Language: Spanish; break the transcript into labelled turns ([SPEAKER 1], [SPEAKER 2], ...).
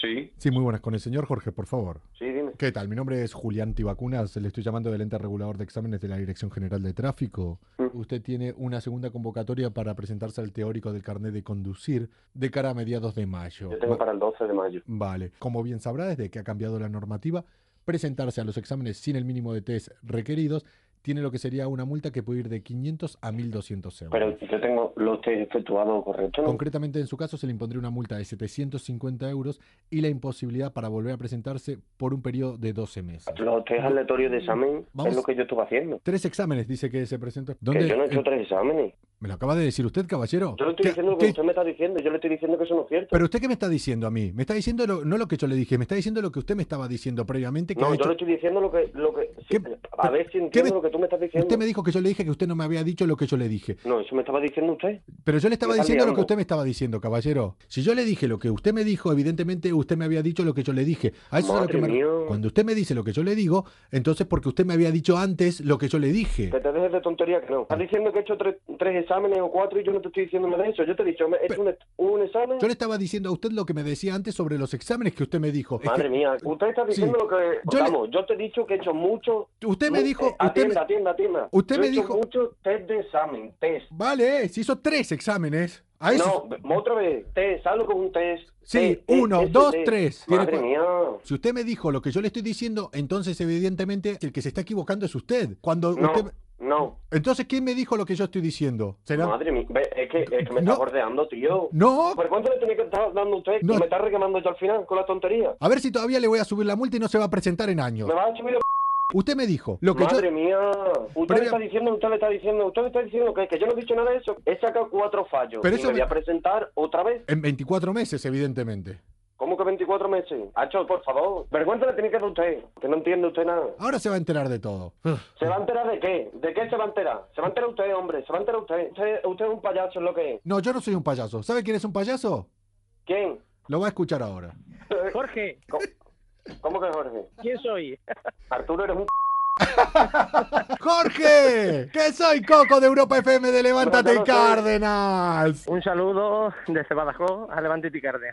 [SPEAKER 1] Sí,
[SPEAKER 2] Sí, muy buenas. Con el señor Jorge, por favor.
[SPEAKER 1] sí, dime.
[SPEAKER 2] ¿Qué tal? Mi nombre es Julián Tibacunas, le estoy llamando del ente regulador de exámenes de la Dirección General de Tráfico.
[SPEAKER 1] Mm.
[SPEAKER 2] Usted tiene una segunda convocatoria para presentarse al teórico del carnet de conducir de cara a mediados de mayo.
[SPEAKER 1] Yo tengo
[SPEAKER 2] Va-
[SPEAKER 1] para el 12 de mayo.
[SPEAKER 2] Vale. Como bien sabrá, desde que ha cambiado la normativa, presentarse a los exámenes sin el mínimo de test requeridos tiene lo que sería una multa que puede ir de 500 a 1.200 euros.
[SPEAKER 1] Pero yo tengo los test efectuados correctos, ¿no?
[SPEAKER 2] Concretamente, en su caso, se le impondría una multa de 750 euros y la imposibilidad para volver a presentarse por un periodo de 12 meses.
[SPEAKER 1] Los test aleatorios de examen
[SPEAKER 2] Vamos.
[SPEAKER 1] es lo que yo estuve haciendo.
[SPEAKER 2] Tres exámenes, dice que se presentó. ¿Dónde?
[SPEAKER 1] Que yo no he hecho
[SPEAKER 2] eh,
[SPEAKER 1] tres exámenes.
[SPEAKER 2] ¿Me lo acaba de decir usted, caballero?
[SPEAKER 1] Yo le estoy
[SPEAKER 2] ¿Qué-
[SPEAKER 1] diciendo lo
[SPEAKER 2] qué-
[SPEAKER 1] que usted me está diciendo. Yo le estoy diciendo que eso no es cierto.
[SPEAKER 2] ¿Pero usted qué me está diciendo a mí? Me está diciendo lo- no lo que yo le dije, me está diciendo lo que usted me estaba diciendo previamente. Que ha
[SPEAKER 1] No, yo
[SPEAKER 2] hecho-
[SPEAKER 1] le estoy diciendo lo que... Lo que sí,
[SPEAKER 2] ¿Qué-
[SPEAKER 1] a ver si
[SPEAKER 2] qué
[SPEAKER 1] entiendo
[SPEAKER 2] me-
[SPEAKER 1] lo que tú me estás diciendo.
[SPEAKER 2] Usted me dijo que yo le dije que usted no me había dicho lo que yo le dije.
[SPEAKER 1] No, eso me estaba diciendo usted.
[SPEAKER 2] Pero yo le estaba
[SPEAKER 1] Me están
[SPEAKER 2] diciendo lo que
[SPEAKER 1] liando.
[SPEAKER 2] usted me estaba diciendo, caballero. Si yo le dije lo que usted me dijo, evidentemente usted me había dicho lo que yo le dije. A eso es a lo
[SPEAKER 1] Madre
[SPEAKER 2] que me-
[SPEAKER 1] mía.
[SPEAKER 2] Cuando usted me dice lo que yo le digo, entonces porque usted me había dicho antes lo que yo le dije.
[SPEAKER 1] Que te dejes de tontería que no. Estás diciendo que he hecho tres, tres exámenes o cuatro y yo no te estoy diciendo nada de eso. Yo te he dicho, me- he hecho un, est- un examen...
[SPEAKER 2] Yo le estaba diciendo a usted lo que me decía antes sobre los exámenes que usted me dijo. Es que
[SPEAKER 1] Madre mía, usted está diciendo
[SPEAKER 2] Sí.
[SPEAKER 1] lo que...
[SPEAKER 2] Yo le-
[SPEAKER 1] Vamos, yo te he dicho que he hecho muchos
[SPEAKER 2] Usted me
[SPEAKER 1] No,
[SPEAKER 2] dijo.
[SPEAKER 1] eh,
[SPEAKER 2] Usted
[SPEAKER 1] Atienda,
[SPEAKER 2] me-
[SPEAKER 1] atienda, atienda.
[SPEAKER 2] usted
[SPEAKER 1] Yo
[SPEAKER 2] me
[SPEAKER 1] he hecho
[SPEAKER 2] dijo-
[SPEAKER 1] mucho test de examen, test.
[SPEAKER 2] Vale, eh, si hizo tres exámenes. A eso.
[SPEAKER 1] No, otra vez, test, algo con un test.
[SPEAKER 2] Sí,
[SPEAKER 1] Test, test,
[SPEAKER 2] uno,
[SPEAKER 1] test,
[SPEAKER 2] dos,
[SPEAKER 1] test.
[SPEAKER 2] tres. Tiene
[SPEAKER 1] Madre
[SPEAKER 2] cua-
[SPEAKER 1] mía.
[SPEAKER 2] Si usted me dijo lo que yo le estoy diciendo, entonces evidentemente el que se está equivocando es usted. Cuando
[SPEAKER 1] No,
[SPEAKER 2] usted.
[SPEAKER 1] no.
[SPEAKER 2] Entonces, ¿quién me dijo lo que yo estoy diciendo? ¿Será?
[SPEAKER 1] Madre mía, ve, es que, es que me
[SPEAKER 2] No.
[SPEAKER 1] está bordeando, tío.
[SPEAKER 2] No,
[SPEAKER 1] ¿Por cuánto le tenía que estar dando a usted?
[SPEAKER 2] No.
[SPEAKER 1] Y me está reclamando yo al final con la tontería.
[SPEAKER 2] A ver si todavía le voy a subir la multa y no se va a presentar en años.
[SPEAKER 1] Me vas a subir a-
[SPEAKER 2] Usted me dijo lo que yo.
[SPEAKER 1] Madre mía. Usted
[SPEAKER 2] Pero
[SPEAKER 1] le está
[SPEAKER 2] ya-
[SPEAKER 1] diciendo, usted le está diciendo, usted le está diciendo que, que yo no he dicho nada de eso. He sacado cuatro fallos.
[SPEAKER 2] Pero
[SPEAKER 1] y
[SPEAKER 2] eso
[SPEAKER 1] me voy
[SPEAKER 2] me-
[SPEAKER 1] a presentar otra vez.
[SPEAKER 2] En 24 meses, evidentemente.
[SPEAKER 1] ¿Cómo que 24 meses? Hacho, por favor. Vergüenza le tiene que dar a usted. Que no entiende usted nada.
[SPEAKER 2] Ahora se va a enterar de todo. Ugh.
[SPEAKER 1] ¿Se va a enterar de qué? ¿De qué se va a enterar? Se va a enterar usted, hombre. Se va a enterar usted. Usted, usted es un payaso, es lo que es.
[SPEAKER 2] No, yo no soy un payaso. ¿Sabe quién es un payaso?
[SPEAKER 1] ¿Quién?
[SPEAKER 2] Lo va a escuchar ahora.
[SPEAKER 3] Jorge,
[SPEAKER 1] ¿Cómo, cómo que Jorge?
[SPEAKER 3] ¿quién soy?
[SPEAKER 1] Arturo, eres un...
[SPEAKER 2] ¡Jorge! ¡Que soy Coco de Europa FM de
[SPEAKER 1] No,
[SPEAKER 2] Levántate
[SPEAKER 1] no lo soy.
[SPEAKER 2] Cárdenas!
[SPEAKER 3] Un saludo desde Badajoz a Levante y Picardia.